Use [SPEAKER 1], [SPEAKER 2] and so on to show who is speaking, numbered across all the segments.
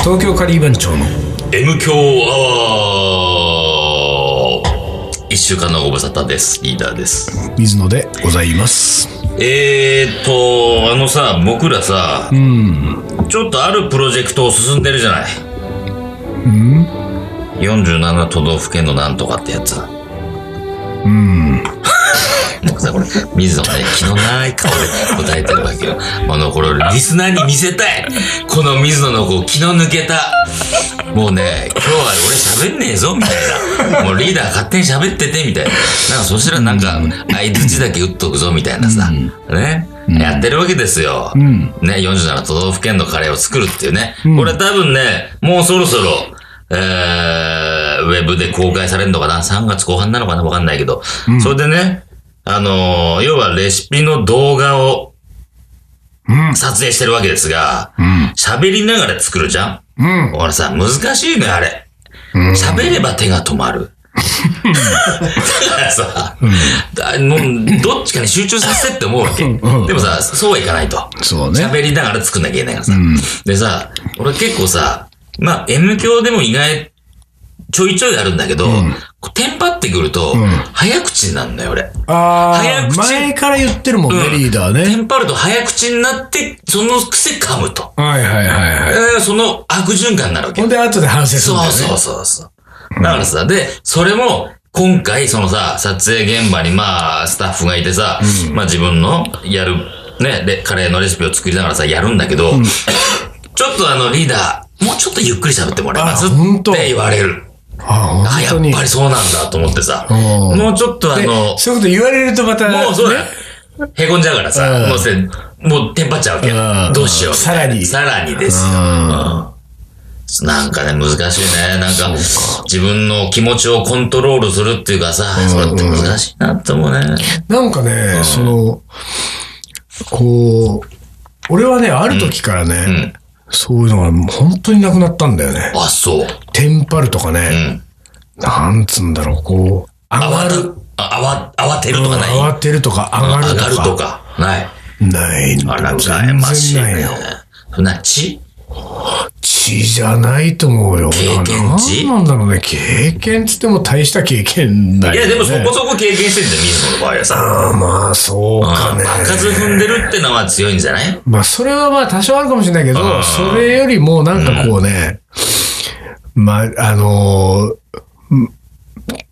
[SPEAKER 1] 東京カリー番長の
[SPEAKER 2] M 強アワー一週間のご無沙汰です。リーダーです。
[SPEAKER 1] 水野でございます
[SPEAKER 2] えーっと、あのさ、僕らさ
[SPEAKER 1] う、ん
[SPEAKER 2] ちょっとあるプロジェクトを進んでるじゃない。
[SPEAKER 1] うん
[SPEAKER 2] 47都道府県のなんとかってやつ。
[SPEAKER 1] うん
[SPEAKER 2] もうさ、これ、水野ね、気のない顔で答えてるわけよ。もうあの、これ、リスナーに見せたいこの水野のこう、気の抜けた。もうね、今日は俺喋んねえぞ、みたいな。もうリーダー勝手に喋ってて、みたいな。なんか、そしたらなんか、相槌だけ打っとくぞ、みたいなさ。ね。やってるわけですよ。
[SPEAKER 1] うん
[SPEAKER 2] ね、47都道府県のカレーを作るっていうね。
[SPEAKER 1] ん
[SPEAKER 2] これ多分ね、もうそろそろ、えー、ウェブで公開されるのかな ?3 月後半なのかなわかんないけど。それでね、あのー要はレシピの動画を
[SPEAKER 1] うん
[SPEAKER 2] 撮影してるわけですが、
[SPEAKER 1] うん
[SPEAKER 2] 喋りながら作るじゃ
[SPEAKER 1] うんん
[SPEAKER 2] これさ、難しいのよ、あれ。
[SPEAKER 1] うん
[SPEAKER 2] 喋れば手が止まる。だからさ、だもうどっちかに集中させてって思うわけ。で
[SPEAKER 1] うん
[SPEAKER 2] もさ、そうはいかないと。
[SPEAKER 1] そうね
[SPEAKER 2] 喋りながら作んなきゃいけないからさ。
[SPEAKER 1] ん
[SPEAKER 2] でさ、俺結構さ、まあ、M 教でも意外、ちょいちょいあるんだけど、こうテンパってくると、
[SPEAKER 1] ん
[SPEAKER 2] 早口なんだよ、俺。
[SPEAKER 1] あ
[SPEAKER 2] 早
[SPEAKER 1] あ
[SPEAKER 2] 口
[SPEAKER 1] 前から言ってるもんね
[SPEAKER 2] うん
[SPEAKER 1] リーダー
[SPEAKER 2] テ
[SPEAKER 1] ね
[SPEAKER 2] ンパると早口になって、その癖噛むと。
[SPEAKER 1] はいはいはいはい
[SPEAKER 2] えーその悪循環になるわけ
[SPEAKER 1] ほ。んで後で反省するんだ
[SPEAKER 2] そ
[SPEAKER 1] よ
[SPEAKER 2] う
[SPEAKER 1] ね
[SPEAKER 2] そうそうそう。だからさ、で、それも、今回、そのさ、撮影現場に、まあ、スタッフがいてさ、まあ自分のやる、ね、で、カレーのレシピを作りながらさ、やるんだけど、ちょっとあの、リーダー、もうちょっとゆっくり喋ってもらえます
[SPEAKER 1] あ
[SPEAKER 2] っ
[SPEAKER 1] 本当
[SPEAKER 2] て言われる。
[SPEAKER 1] あ
[SPEAKER 2] あ、
[SPEAKER 1] ー
[SPEAKER 2] や
[SPEAKER 1] 本当に
[SPEAKER 2] っぱりそうなんだと思ってさ、
[SPEAKER 1] うん
[SPEAKER 2] もうちょっとあ
[SPEAKER 1] で
[SPEAKER 2] の、
[SPEAKER 1] そういうこと言われるとまた
[SPEAKER 2] もうそうだ、へこんじゃうから
[SPEAKER 1] う
[SPEAKER 2] さ、
[SPEAKER 1] ん
[SPEAKER 2] もうせ、もうテンパっちゃうわけ
[SPEAKER 1] う
[SPEAKER 2] よ
[SPEAKER 1] ん。
[SPEAKER 2] どうしよう。
[SPEAKER 1] さらに
[SPEAKER 2] さらにですよ。うんなんかね、難しいね。なんか、自分の気持ちをコントロールするっていうかさ、それって難しいなって思うね。
[SPEAKER 1] なんかね、その、こう、俺はね、ある時からね、
[SPEAKER 2] ん
[SPEAKER 1] そういうのがもう本当になくなったんだよね。
[SPEAKER 2] あ、そう。
[SPEAKER 1] テンパるとか
[SPEAKER 2] う
[SPEAKER 1] ね、
[SPEAKER 2] ん。
[SPEAKER 1] なんつうんだろう、こう、上が
[SPEAKER 2] 慌
[SPEAKER 1] る。
[SPEAKER 2] る。あ、慌、慌てるとかない
[SPEAKER 1] 慌てるとか、上がる
[SPEAKER 2] 上
[SPEAKER 1] と
[SPEAKER 2] が
[SPEAKER 1] か。
[SPEAKER 2] るとか。ない。
[SPEAKER 1] ないんだ
[SPEAKER 2] あ
[SPEAKER 1] よ
[SPEAKER 2] ら、羨
[SPEAKER 1] 全
[SPEAKER 2] ましい
[SPEAKER 1] 然ない
[SPEAKER 2] ね
[SPEAKER 1] よ。。
[SPEAKER 2] な、血
[SPEAKER 1] 血じゃないと思うよ。
[SPEAKER 2] 経験値
[SPEAKER 1] なんなんだろうね。経験っつっても大した経験だよ、
[SPEAKER 2] い
[SPEAKER 1] ね。
[SPEAKER 2] や、でもそこそこ経験してんだよ、水野の場合はさ。
[SPEAKER 1] ああ、まあ、そうかね。
[SPEAKER 2] 場数踏んでるってのは強いんじゃない
[SPEAKER 1] まあ、それはまあ、多少あるかもしれないけ
[SPEAKER 2] う
[SPEAKER 1] ど、
[SPEAKER 2] ん
[SPEAKER 1] それよりも、なんかこうね、まあ、あのーん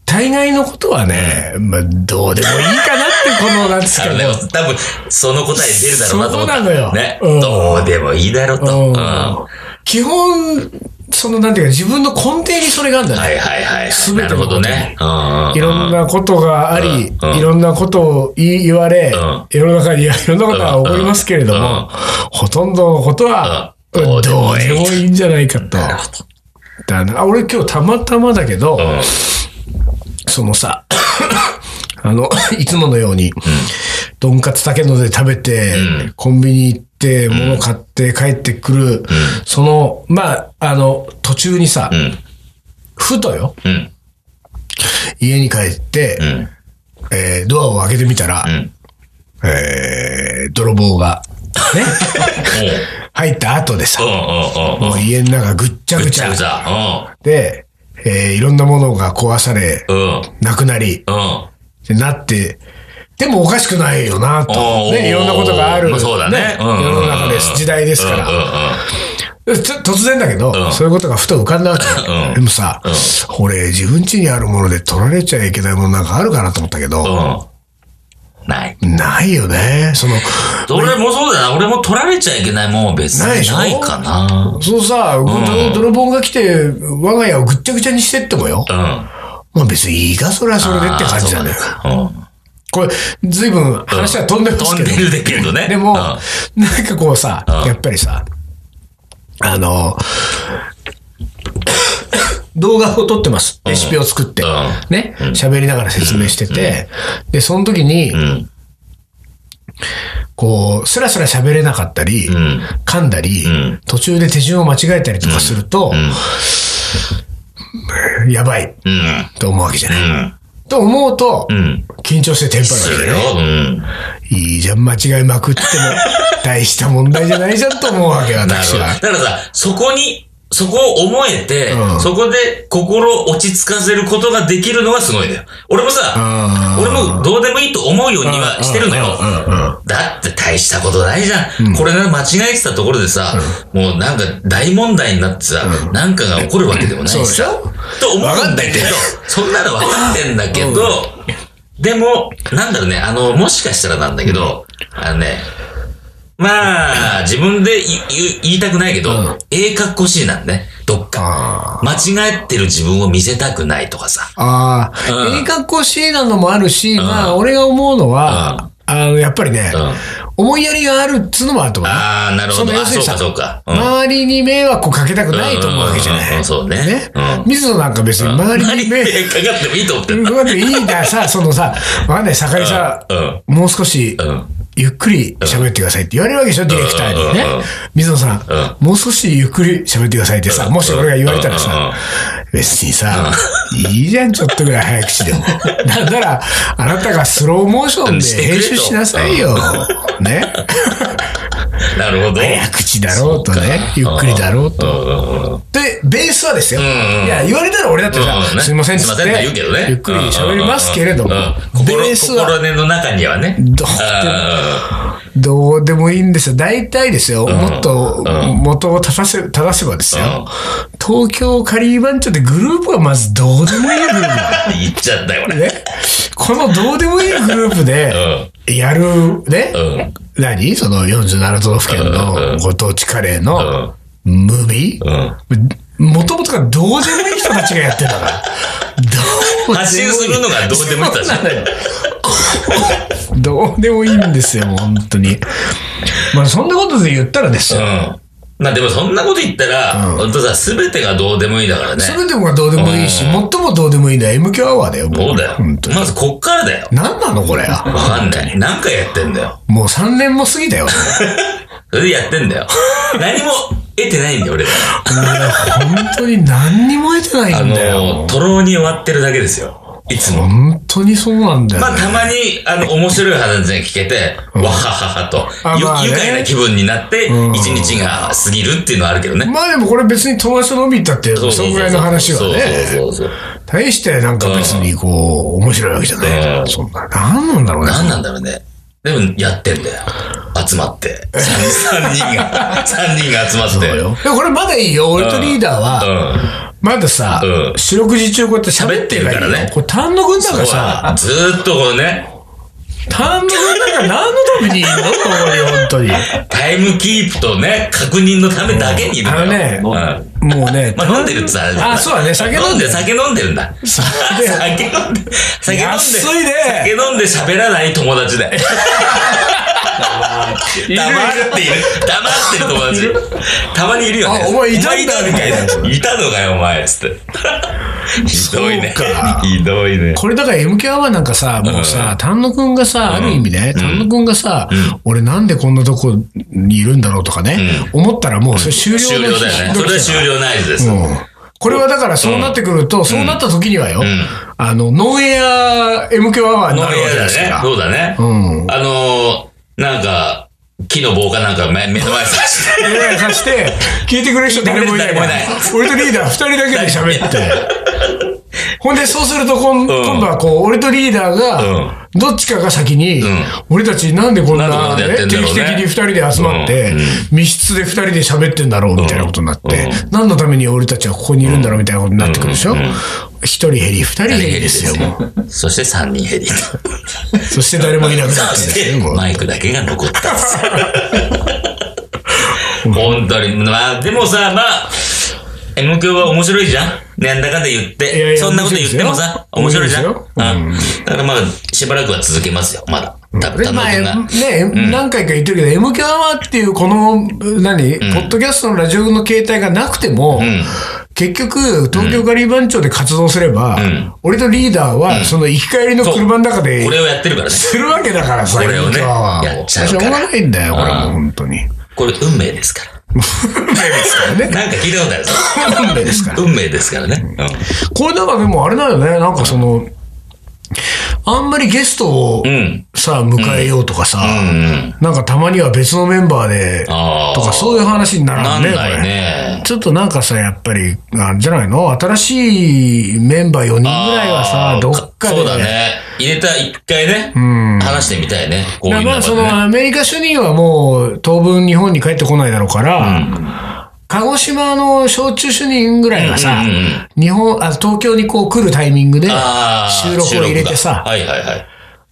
[SPEAKER 1] 大概のことはね、まあ、どうでもいいかなって、この、なんです
[SPEAKER 2] あ
[SPEAKER 1] か
[SPEAKER 2] の
[SPEAKER 1] ね。
[SPEAKER 2] ね、多分、その答え出るだろうなと思った。
[SPEAKER 1] そうなのよ
[SPEAKER 2] ね。
[SPEAKER 1] うん
[SPEAKER 2] どうでもいいだろうと。う
[SPEAKER 1] う
[SPEAKER 2] ん。
[SPEAKER 1] ん
[SPEAKER 2] は
[SPEAKER 1] 基本、その、なんていうか、自分の根底にそれがあるんだ
[SPEAKER 2] い
[SPEAKER 1] ね。
[SPEAKER 2] はいはいはい。
[SPEAKER 1] 全て
[SPEAKER 2] な
[SPEAKER 1] の
[SPEAKER 2] るほどね。うんうんうん。
[SPEAKER 1] いろんなことがあり、
[SPEAKER 2] うんうん
[SPEAKER 1] いろんなことを言い言われ、
[SPEAKER 2] ん
[SPEAKER 1] 世の中にいやいろんなことが起こりますけれども、
[SPEAKER 2] うんうん
[SPEAKER 1] ほとんどのことは、
[SPEAKER 2] うん
[SPEAKER 1] ど
[SPEAKER 2] ど
[SPEAKER 1] う
[SPEAKER 2] う
[SPEAKER 1] で
[SPEAKER 2] で
[SPEAKER 1] も
[SPEAKER 2] もいい
[SPEAKER 1] いいんじゃないかと。だな。あ俺今日たまたまだけど、
[SPEAKER 2] うん
[SPEAKER 1] そのさ、 あの、 いつものように、とんかつ竹ので食べて、
[SPEAKER 2] うん
[SPEAKER 1] コンビニ行って、物買って帰ってくる、その、まあ、あの、途中にさ、
[SPEAKER 2] うん。
[SPEAKER 1] ふとよ、
[SPEAKER 2] うん。
[SPEAKER 1] 家に帰って、
[SPEAKER 2] うん。
[SPEAKER 1] えードアを開けてみたら、
[SPEAKER 2] うん。
[SPEAKER 1] えー泥棒が、ね、 入った後で
[SPEAKER 2] う
[SPEAKER 1] さ、
[SPEAKER 2] ん。うん。うん。うん。
[SPEAKER 1] もう家の中ぐっちゃぐ
[SPEAKER 2] ぐ
[SPEAKER 1] ち
[SPEAKER 2] ち
[SPEAKER 1] ゃ
[SPEAKER 2] ゃぐちゃ。
[SPEAKER 1] で、えーいろんなものが壊され、
[SPEAKER 2] うん。うん。
[SPEAKER 1] なくなり、
[SPEAKER 2] うん。
[SPEAKER 1] ってなって、でもおかしくないよな、と。
[SPEAKER 2] おー
[SPEAKER 1] ね、いろんなことがある。
[SPEAKER 2] まあそうだね
[SPEAKER 1] 世
[SPEAKER 2] うんうんう
[SPEAKER 1] の
[SPEAKER 2] ん
[SPEAKER 1] 中です。時代ですから。ちょ突然だけど、
[SPEAKER 2] うん
[SPEAKER 1] そういうことがふと浮かんだわけ。
[SPEAKER 2] うん
[SPEAKER 1] でもさ、
[SPEAKER 2] うん
[SPEAKER 1] 俺、自分家にあるもので取られちゃいけないものなんかあるかなと思ったけ
[SPEAKER 2] うん。
[SPEAKER 1] ど、
[SPEAKER 2] うん。うん。ない。
[SPEAKER 1] ないよね。その、
[SPEAKER 2] 俺もそうだな。俺も取られちゃいけないもんは別
[SPEAKER 1] ないでし
[SPEAKER 2] に
[SPEAKER 1] ょ
[SPEAKER 2] ないかな。
[SPEAKER 1] そうさ、泥泥棒が来て、我が家をぐっちゃぐちゃにしてってもよ。
[SPEAKER 2] うん。
[SPEAKER 1] まあ別にいいか、それはそれでって感じなんだよ。
[SPEAKER 2] あーそうか
[SPEAKER 1] これ、ずいぶん話は飛んで
[SPEAKER 2] うん
[SPEAKER 1] ます
[SPEAKER 2] 飛
[SPEAKER 1] け
[SPEAKER 2] ん
[SPEAKER 1] ど
[SPEAKER 2] で。るだけど ね。
[SPEAKER 1] でも、
[SPEAKER 2] うん
[SPEAKER 1] なんかこうさ、
[SPEAKER 2] うん
[SPEAKER 1] やっぱりさ、あの、動画を撮ってます。レシピを作って。
[SPEAKER 2] うん
[SPEAKER 1] ね。喋りながら説明してて。で、その時に、
[SPEAKER 2] うん。
[SPEAKER 1] こう、スラスラ喋れなかったり、
[SPEAKER 2] うん。
[SPEAKER 1] 噛んだり、
[SPEAKER 2] うん
[SPEAKER 1] 途中で手順を間違えたりとかすると、やばい
[SPEAKER 2] うん。
[SPEAKER 1] と思うわけじゃない。
[SPEAKER 2] うん。
[SPEAKER 1] と思うと、
[SPEAKER 2] うん。
[SPEAKER 1] 緊張してテンパ
[SPEAKER 2] す
[SPEAKER 1] るわけ
[SPEAKER 2] る
[SPEAKER 1] だ
[SPEAKER 2] よ
[SPEAKER 1] よね。。
[SPEAKER 2] うん。
[SPEAKER 1] いいじゃん、間違いまくっても、大した問題じゃないじゃんと思うわけ、
[SPEAKER 2] なる
[SPEAKER 1] 私
[SPEAKER 2] ほど。だ
[SPEAKER 1] は。
[SPEAKER 2] からさ、そこに、そこを思えて、
[SPEAKER 1] うん
[SPEAKER 2] そこで心を落ち着かせることができるのがすごいんだよ。俺もさ、
[SPEAKER 1] あー
[SPEAKER 2] 俺もどうでもいいと思うようにはしてるのよ。
[SPEAKER 1] うんうんうん
[SPEAKER 2] だって大したことないじゃん。これなら間違えてたところでさ、もうなんか大問題になってさ、なんかが起こるわけでもない
[SPEAKER 1] そう
[SPEAKER 2] し
[SPEAKER 1] でし
[SPEAKER 2] さ、
[SPEAKER 1] ょ
[SPEAKER 2] と思うん
[SPEAKER 1] わかん
[SPEAKER 2] だ
[SPEAKER 1] ない
[SPEAKER 2] け
[SPEAKER 1] んだ
[SPEAKER 2] ど
[SPEAKER 1] よ、
[SPEAKER 2] そんなの分かってんだけど、でも、なんだろうね、あの、もしかしたらなんだけど、あのね、まあ、自分で言言言いたくないけど、
[SPEAKER 1] うん
[SPEAKER 2] ええかっこしいなんね、どっか。
[SPEAKER 1] あー
[SPEAKER 2] 間違ってる自分を見せたくないとかさ。
[SPEAKER 1] あ
[SPEAKER 2] うん
[SPEAKER 1] あ、いい格好しいなのもあるし、まあ、俺が思うのは、あの、やっぱりね、思いやりがあるっつうのもあると思う。
[SPEAKER 2] ああ、なるほ
[SPEAKER 1] そ
[SPEAKER 2] ど。
[SPEAKER 1] の
[SPEAKER 2] あ、
[SPEAKER 1] 要する
[SPEAKER 2] そう
[SPEAKER 1] にさ
[SPEAKER 2] か、そうか。うん
[SPEAKER 1] 周りに迷惑をかけたくないと思うわけじゃ
[SPEAKER 2] うんうんう
[SPEAKER 1] なんい。
[SPEAKER 2] そうね
[SPEAKER 1] ね
[SPEAKER 2] うん。
[SPEAKER 1] 水野なんか別に周りに迷惑
[SPEAKER 2] 何かかってもいいと思ってんだ。
[SPEAKER 1] うまくいいんだ、さ、そのさ、わかんない、坂井さ
[SPEAKER 2] うん、
[SPEAKER 1] もう少し
[SPEAKER 2] うん、
[SPEAKER 1] ゆっくり喋ってくださいって言われるわけでしょ、ディレクターにね
[SPEAKER 2] うんうんうん。
[SPEAKER 1] 水野さん、もう少しゆっくり喋ってくださいってさ、もし俺が言われたらさ、別にさ、いいじゃん、ちょっとぐらい早口でも。なんなら、あなたがスローモーションで
[SPEAKER 2] してくれ
[SPEAKER 1] 編
[SPEAKER 2] と
[SPEAKER 1] 集しなさいよ。ね。
[SPEAKER 2] なるほど。
[SPEAKER 1] 早口だろうとね、ゆっくりだろうと。
[SPEAKER 2] と。
[SPEAKER 1] で、ベースはですよ。
[SPEAKER 2] んうん
[SPEAKER 1] いや、言われたら俺だってさ、
[SPEAKER 2] うんうんね
[SPEAKER 1] すいませんっつ
[SPEAKER 2] すい
[SPEAKER 1] っ
[SPEAKER 2] ませんって言うけどね。
[SPEAKER 1] て、ゆっくり喋りますけれども
[SPEAKER 2] うんうんうん、心
[SPEAKER 1] ベースは
[SPEAKER 2] 心根の中にはね。
[SPEAKER 1] どうでもどうでもいいんですよ。大体ですよ。もっと
[SPEAKER 2] うん
[SPEAKER 1] 元を正せ正せばです
[SPEAKER 2] うん
[SPEAKER 1] よ。東京カリー番長ってグループはまずどうでもいいグルー
[SPEAKER 2] うん言っちゃったよ、
[SPEAKER 1] プ。
[SPEAKER 2] 俺。
[SPEAKER 1] ね。このどうでもいいグループで、やる、ね。
[SPEAKER 2] うん
[SPEAKER 1] 何その47都道府県
[SPEAKER 2] うんうん
[SPEAKER 1] のご当地カレーのムービー、
[SPEAKER 2] うん。
[SPEAKER 1] もともとがどうでもいい人たちがやってたから。どうでもいい
[SPEAKER 2] 発信するのがどうでもいい人たち
[SPEAKER 1] そうなのよどうでもいいんですよ、本当に。まあ、そんなことで言ったらですよ。
[SPEAKER 2] うん。まあでもそんなこと言ったら、
[SPEAKER 1] うん
[SPEAKER 2] 本当さ、すべてがどうでもいいだからね。
[SPEAKER 1] それでもがどうでもいいし、
[SPEAKER 2] うん
[SPEAKER 1] 最もどうでもいいのは MQ アワーだよ、も
[SPEAKER 2] そうだよ。
[SPEAKER 1] 本当に。
[SPEAKER 2] まずこっからだよ。
[SPEAKER 1] 何なの、これは。
[SPEAKER 2] わかんない。何回やってんだよ。
[SPEAKER 1] もう3年も過ぎたよ。
[SPEAKER 2] それでやってん だよ。何も得てないんだよ、俺ら。
[SPEAKER 1] もう本当に何にも得てな
[SPEAKER 2] あ
[SPEAKER 1] いんだ
[SPEAKER 2] の、
[SPEAKER 1] よ。
[SPEAKER 2] とろに終わってるだけですよ。いつも。
[SPEAKER 1] 本当にそうなんだよ、ね。
[SPEAKER 2] まあ、たまに、あの、面白い話が聞けて、わはははと
[SPEAKER 1] あ、まあ
[SPEAKER 2] ゆ
[SPEAKER 1] ね
[SPEAKER 2] 愉快な気分になって、一
[SPEAKER 1] うん
[SPEAKER 2] 日が過ぎるっていうのはあるけどね。
[SPEAKER 1] まあでもこれ別に友達と飲み行ったって、
[SPEAKER 2] そう
[SPEAKER 1] そ
[SPEAKER 2] そうそう
[SPEAKER 1] のぐらいの話はね。
[SPEAKER 2] そうそうそう。
[SPEAKER 1] 大してなんか別にこう、面白いわけじゃな
[SPEAKER 2] うん
[SPEAKER 1] い。そんな、なんなんだろうね。
[SPEAKER 2] 何なんだろうね。でも、やってんだよ。集まって。三人 が、三人が集まって。
[SPEAKER 1] そうよ。でこれまだいいよ。俺とリーダーは、
[SPEAKER 2] う
[SPEAKER 1] まださ
[SPEAKER 2] うん、
[SPEAKER 1] 四六時中こうやって喋ってるから
[SPEAKER 2] 喋ってるから
[SPEAKER 1] ね
[SPEAKER 2] ね。
[SPEAKER 1] これ単独なんか
[SPEAKER 2] ん。
[SPEAKER 1] さ、
[SPEAKER 2] ずーっとこうね、
[SPEAKER 1] 単独なんか何のためにいるのここに、本当に。
[SPEAKER 2] タイムキープとね、確認のためだけにいるの
[SPEAKER 1] あ
[SPEAKER 2] よ。
[SPEAKER 1] のね、
[SPEAKER 2] うん。
[SPEAKER 1] もうね、
[SPEAKER 2] まあ飲んでるっつあれ
[SPEAKER 1] あそうだね酒飲んでる
[SPEAKER 2] 酒飲んでるんだ。
[SPEAKER 1] さ
[SPEAKER 2] 酒
[SPEAKER 1] で
[SPEAKER 2] 飲んで、酒飲んで、
[SPEAKER 1] 安いね
[SPEAKER 2] 酒飲んで喋らない友達だよ。
[SPEAKER 1] いる
[SPEAKER 2] 黙っている。黙ってる友達。たまにいるよね。
[SPEAKER 1] あお前いたんだ
[SPEAKER 2] お前いたのかいいたのかよ、お前。つって。ひどいね
[SPEAKER 1] そうか。
[SPEAKER 2] ひどいね。
[SPEAKER 1] これだから MK アワーなんかさ、もう
[SPEAKER 2] う
[SPEAKER 1] さ、丹野くんがさ、ある意味ね、丹野くんがさ、俺なんでこんなとこにいるんだろうとかね、思ったらもうそれ終了
[SPEAKER 2] 終了だよね。それは終了ないです。
[SPEAKER 1] うんこれはだからそうなってくると、そうなった時にはよ、
[SPEAKER 2] ん
[SPEAKER 1] あの、ノンエア MK アワーに
[SPEAKER 2] ノ
[SPEAKER 1] な
[SPEAKER 2] ー
[SPEAKER 1] るわ
[SPEAKER 2] エ
[SPEAKER 1] け
[SPEAKER 2] アだ
[SPEAKER 1] ですか
[SPEAKER 2] ね。
[SPEAKER 1] ら。
[SPEAKER 2] そうだね。
[SPEAKER 1] うん
[SPEAKER 2] あのー、なんか、木の棒かなんか目目の前に刺 して。
[SPEAKER 1] エアさして、聞いてくれる人誰もいないから
[SPEAKER 2] 誰もいな。
[SPEAKER 1] 俺とリーダー二人だけで喋 って。ほんで、そうするとこん、今度はこう、俺とリーダーが、どっちかが先に、
[SPEAKER 2] ん
[SPEAKER 1] 俺たちなんでこん
[SPEAKER 2] なん
[SPEAKER 1] な、
[SPEAKER 2] でこんなことやって
[SPEAKER 1] ね
[SPEAKER 2] んだ
[SPEAKER 1] 定
[SPEAKER 2] ろうね
[SPEAKER 1] 期的に二人で集まって
[SPEAKER 2] うんうん、
[SPEAKER 1] 密室で二人で喋ってんだろうみたいなことになって、何のために俺たちはここにいるんだろうみたいなことになってくるでしょ
[SPEAKER 2] うんうんうん
[SPEAKER 1] 一人減り、二人減りですよ、もう。
[SPEAKER 2] そして3人減り。
[SPEAKER 1] そして誰もいなくな
[SPEAKER 2] そ
[SPEAKER 1] ってで
[SPEAKER 2] し
[SPEAKER 1] す
[SPEAKER 2] て
[SPEAKER 1] ね、もう
[SPEAKER 2] マイクだけが残ったんです よ本当に。まあ、でもさ、まあ、M 響は面白いじゃんなんだかんだ言っ
[SPEAKER 1] いやい
[SPEAKER 2] て。
[SPEAKER 1] や
[SPEAKER 2] そんなこと言ってもさ、面
[SPEAKER 1] 面白
[SPEAKER 2] 白い
[SPEAKER 1] い
[SPEAKER 2] じ
[SPEAKER 1] で
[SPEAKER 2] ゃ
[SPEAKER 1] す
[SPEAKER 2] ん。う
[SPEAKER 1] よ
[SPEAKER 2] んだからまあ、しばらくは続けますよ、まだ。多分、
[SPEAKER 1] で
[SPEAKER 2] 田
[SPEAKER 1] まあ、
[SPEAKER 2] 中君が。
[SPEAKER 1] ね、何回か言ってるけど、MQ アワーっていうこの、何、ポッドキャストのラジオの形態がなくても、結局、東京ガリバン町で活動すれば、
[SPEAKER 2] ん
[SPEAKER 1] 俺とリーダーは、その行き帰りの
[SPEAKER 2] そう
[SPEAKER 1] 車の中で
[SPEAKER 2] こ、れをやってるからね。
[SPEAKER 1] するわけだからさ、
[SPEAKER 2] これをね
[SPEAKER 1] MQ アワー
[SPEAKER 2] や
[SPEAKER 1] を
[SPEAKER 2] っちゃう
[SPEAKER 1] しょ
[SPEAKER 2] か
[SPEAKER 1] う
[SPEAKER 2] ら
[SPEAKER 1] がないんだよ、これ
[SPEAKER 2] ああ
[SPEAKER 1] も、本当に。
[SPEAKER 2] これ運命ですから。
[SPEAKER 1] 運命ですからね。
[SPEAKER 2] なんか聞いたことあるぞ。
[SPEAKER 1] 運命ですから。
[SPEAKER 2] 運命ですからね。うん
[SPEAKER 1] これなんかでもあれだよね、なんかその、あんまりゲストを、
[SPEAKER 2] うん。
[SPEAKER 1] さ、迎えようとかさ、
[SPEAKER 2] うんうん。
[SPEAKER 1] なんかたまには別のメンバーで、
[SPEAKER 2] ああ。
[SPEAKER 1] とかそういう話になら
[SPEAKER 2] なんん
[SPEAKER 1] ね、
[SPEAKER 2] な
[SPEAKER 1] こ
[SPEAKER 2] い
[SPEAKER 1] れ。
[SPEAKER 2] ね。
[SPEAKER 1] ちょっとなんかさ、やっぱり、あじゃないの新しいメンバー4人ぐらいは
[SPEAKER 2] あ
[SPEAKER 1] さ
[SPEAKER 2] ー、
[SPEAKER 1] どっかで。
[SPEAKER 2] そうだね。入れた、一回ね。話してみたいね。こういう
[SPEAKER 1] まあ、
[SPEAKER 2] 中
[SPEAKER 1] そ
[SPEAKER 2] でね
[SPEAKER 1] の、アメリカ主任はもう、当分日本に帰ってこないだろうから、鹿児島の焼酎主任ぐらいはさ、
[SPEAKER 2] うんうんうん
[SPEAKER 1] 日本、あ、東京にこう来るタイミングで、
[SPEAKER 2] ああ
[SPEAKER 1] 収録を入れてさ
[SPEAKER 2] 収録だはいはいはい。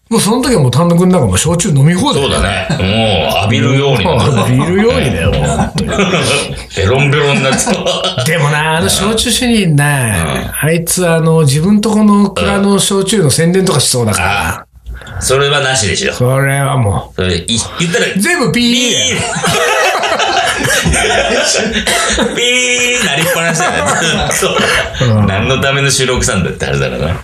[SPEAKER 1] もうその時はもう丹野くんなんかもう焼酎飲み放題。
[SPEAKER 2] そうだね。もう、浴びるようになってた
[SPEAKER 1] いるようにだよ、もう本当に。
[SPEAKER 2] ベロンベロンになってた。
[SPEAKER 1] でもな、あの焼酎主任ね、あいつあの、自分とこの蔵の焼酎の宣伝とかしそうだから、
[SPEAKER 2] それはなしでしょ。
[SPEAKER 1] それはも
[SPEAKER 2] それ、い言ったら、
[SPEAKER 1] う、全部ピー
[SPEAKER 2] ピ
[SPEAKER 1] だよ
[SPEAKER 2] ーピーなりっぱなしだよ。ずっと。何のための収録さんだってあれだからな。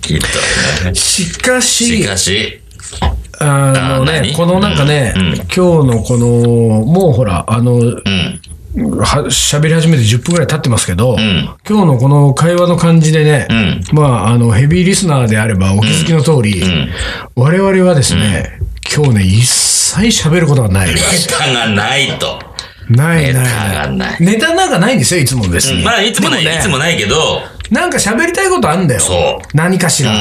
[SPEAKER 2] きっとね。
[SPEAKER 1] しかし、
[SPEAKER 2] しかし、
[SPEAKER 1] あの
[SPEAKER 2] あー
[SPEAKER 1] ね
[SPEAKER 2] 何、
[SPEAKER 1] このなんかね、
[SPEAKER 2] うんうん
[SPEAKER 1] 今日のこの、もうほら、あの、
[SPEAKER 2] うん。
[SPEAKER 1] は喋り始めて10分ぐらい経ってますけど、
[SPEAKER 2] ん
[SPEAKER 1] 今日のこの会話の感じでね、
[SPEAKER 2] うん。
[SPEAKER 1] まあ、あの、ヘビーリスナーであればお気づきの通り、
[SPEAKER 2] ん
[SPEAKER 1] 我々はですね、今日ね、一切喋ることはない。
[SPEAKER 2] ネタがないと。
[SPEAKER 1] ない
[SPEAKER 2] ネ
[SPEAKER 1] な
[SPEAKER 2] タ
[SPEAKER 1] い
[SPEAKER 2] がない。
[SPEAKER 1] ネタなんかないんですよ、いつも別に。
[SPEAKER 2] まあ、いつもない、
[SPEAKER 1] でね
[SPEAKER 2] いつもないけど、
[SPEAKER 1] なんか喋りたいことあんだよ。
[SPEAKER 2] そう
[SPEAKER 1] 何かしら。
[SPEAKER 2] うん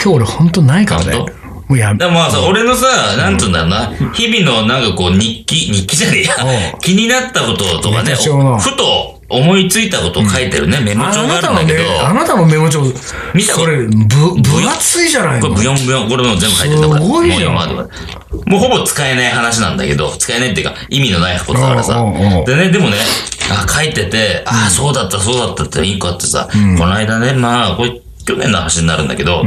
[SPEAKER 1] 今日俺ほんとないからね。
[SPEAKER 2] 本
[SPEAKER 1] も
[SPEAKER 2] 当
[SPEAKER 1] うや
[SPEAKER 2] でもまあさ、俺のさ、なんつうんだろうな、日々のなんかこう日記、日記じゃねえや、気になったこととかね、
[SPEAKER 1] メモ帳の
[SPEAKER 2] ふと思いついたことを書いてるね、メモ帳があるんだけど、
[SPEAKER 1] あなたのメモ帳、
[SPEAKER 2] 見た
[SPEAKER 1] それ、ぶ、分厚いじゃない
[SPEAKER 2] こ
[SPEAKER 1] の
[SPEAKER 2] れブヨンブヨン、これもう全部書いてんだから、
[SPEAKER 1] す
[SPEAKER 2] も
[SPEAKER 1] ご
[SPEAKER 2] う
[SPEAKER 1] いじゃん
[SPEAKER 2] 今までは。もうほぼ使えない話なんだけど、使えないっていうか、意味のないことだからさ
[SPEAKER 1] おうおうお。う
[SPEAKER 2] でね、でもね、あ書いてて、ああ、そうだった、そうだったっていいかってさ、この間ね、まあ、これ去年の話になるんだけど、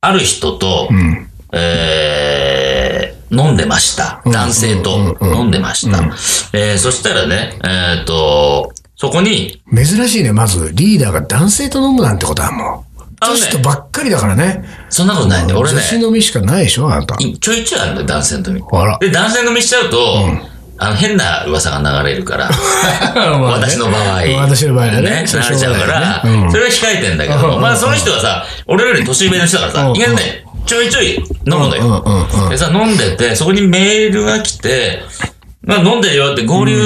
[SPEAKER 2] ある人と、えー飲んでました。男性と飲んでました。えーそしたらね、えっと、そこに、
[SPEAKER 1] 珍しいね、まず、リーダーが男性と飲むなんてことはもう。
[SPEAKER 2] あの
[SPEAKER 1] 女
[SPEAKER 2] ね
[SPEAKER 1] 子とばっかりだからね。
[SPEAKER 2] そんなことないんで、俺ね
[SPEAKER 1] 女、子飲みしかないでしょ、あなた。
[SPEAKER 2] いちょいちょいあるんだよ、男性の飲み。
[SPEAKER 1] あら。
[SPEAKER 2] で、男性飲みしちゃうと、あの、変な噂が流れるから、
[SPEAKER 1] まあね
[SPEAKER 2] 私の場合。
[SPEAKER 1] 私の場合はね。
[SPEAKER 2] ね、流
[SPEAKER 1] そ
[SPEAKER 2] れちゃう
[SPEAKER 1] しょ
[SPEAKER 2] から、
[SPEAKER 1] うがないよねうん
[SPEAKER 2] それは控えてんだけど、
[SPEAKER 1] うん
[SPEAKER 2] まあ、その人はさ、俺より年上の人だから
[SPEAKER 1] う
[SPEAKER 2] さ
[SPEAKER 1] ん、
[SPEAKER 2] 意外とね、ちょいちょい飲むの
[SPEAKER 1] うん
[SPEAKER 2] よ
[SPEAKER 1] うんうん。
[SPEAKER 2] でさ、飲んでて、そこにメールが来て、まあ、飲んでるよって合流、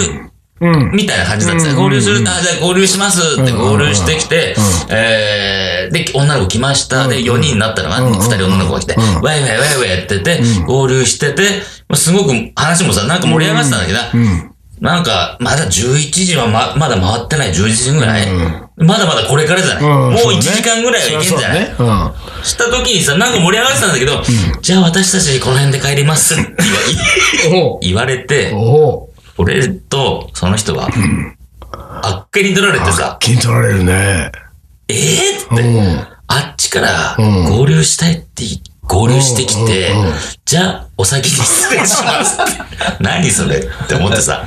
[SPEAKER 1] うん。
[SPEAKER 2] みたいな感じだった。合流する、あ、じゃあ合流しますって合流してきて、えー、で、女の子来ました。で、4人になったら、まあ2人女の子が来て、ワイワイワイワイやってて、合流してて、まあすごく話もさ、なんか盛り上がってたんだけどな、なんか、まだ11時はままだ回ってない、11時ぐらい、まだまだこれからじゃない、
[SPEAKER 1] うん
[SPEAKER 2] も
[SPEAKER 1] そう
[SPEAKER 2] う
[SPEAKER 1] ね
[SPEAKER 2] 1時間ぐらいはいけんじゃない、
[SPEAKER 1] そりそうだね
[SPEAKER 2] した時にさ、なんか盛り上がってたんだけど、じゃあ私たちこの辺で帰りますって
[SPEAKER 1] うん。 おう
[SPEAKER 2] 言われて、
[SPEAKER 1] おう
[SPEAKER 2] 俺と、その人は、あっけに取られてさ、
[SPEAKER 1] 気に取られるね。
[SPEAKER 2] えぇ、
[SPEAKER 1] う
[SPEAKER 2] って、
[SPEAKER 1] ん。
[SPEAKER 2] あっちから
[SPEAKER 1] うん
[SPEAKER 2] 合流したいって、合流してきて
[SPEAKER 1] うんうんうん、
[SPEAKER 2] じゃあ、お先に失礼しますって。 何それって思ってさ、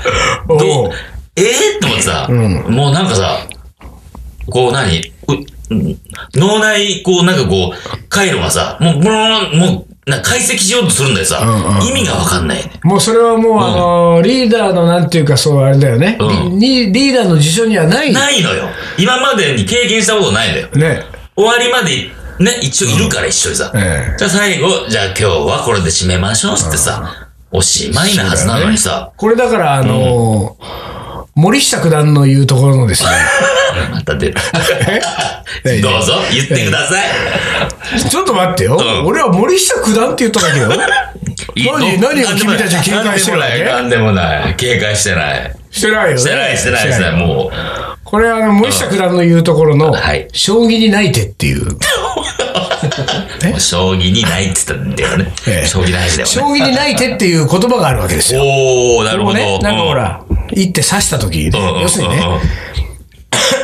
[SPEAKER 2] どう
[SPEAKER 1] おう
[SPEAKER 2] えぇ、って思ってさ、
[SPEAKER 1] う
[SPEAKER 2] もうなんかさ、こう何ううん脳内、こうなんかこう、回路がさ、もう、ブローンもう、なんか解析しようとするんだよさ、
[SPEAKER 1] うんうん
[SPEAKER 2] 意味がわかんないよね。
[SPEAKER 1] もうそれはもう、あの、リーダーのなんていうか、そう、あれだよね。
[SPEAKER 2] うん
[SPEAKER 1] リリーダーの辞書にはない。ね。
[SPEAKER 2] ないのよ。今までに経験したことないんだよ。終わりまで、ね、一応いるから一緒にさ。
[SPEAKER 1] ええ
[SPEAKER 2] じゃあ最後、じゃあ今日はこれで締めましょうっつってさ、おしまいなはずなのにさ、
[SPEAKER 1] これだから、あの、森下九段の言うところのです ね。
[SPEAKER 2] また出る。
[SPEAKER 1] え
[SPEAKER 2] どうぞ、言ってください。
[SPEAKER 1] ちょっと待ってよ。
[SPEAKER 2] ん
[SPEAKER 1] 俺は森下九段って言っただけ よ。何何を君たちは警戒してるわけ
[SPEAKER 2] なんでもない。なんでもない警戒してない。
[SPEAKER 1] してないよね。
[SPEAKER 2] してない、してない、してない。もう、
[SPEAKER 1] これ、あの、森下九段の言うところの
[SPEAKER 2] はい、
[SPEAKER 1] 将棋に泣いてって いう。え
[SPEAKER 2] もう将棋にないって言ったんだよね
[SPEAKER 1] え。え
[SPEAKER 2] 将棋ないんだよね。
[SPEAKER 1] 将棋に泣いてっていう言葉があるわけですよ。
[SPEAKER 2] お ー、なるほど。
[SPEAKER 1] ね、なんかほら、一手指した時にね、
[SPEAKER 2] うん、うん
[SPEAKER 1] 要するにね、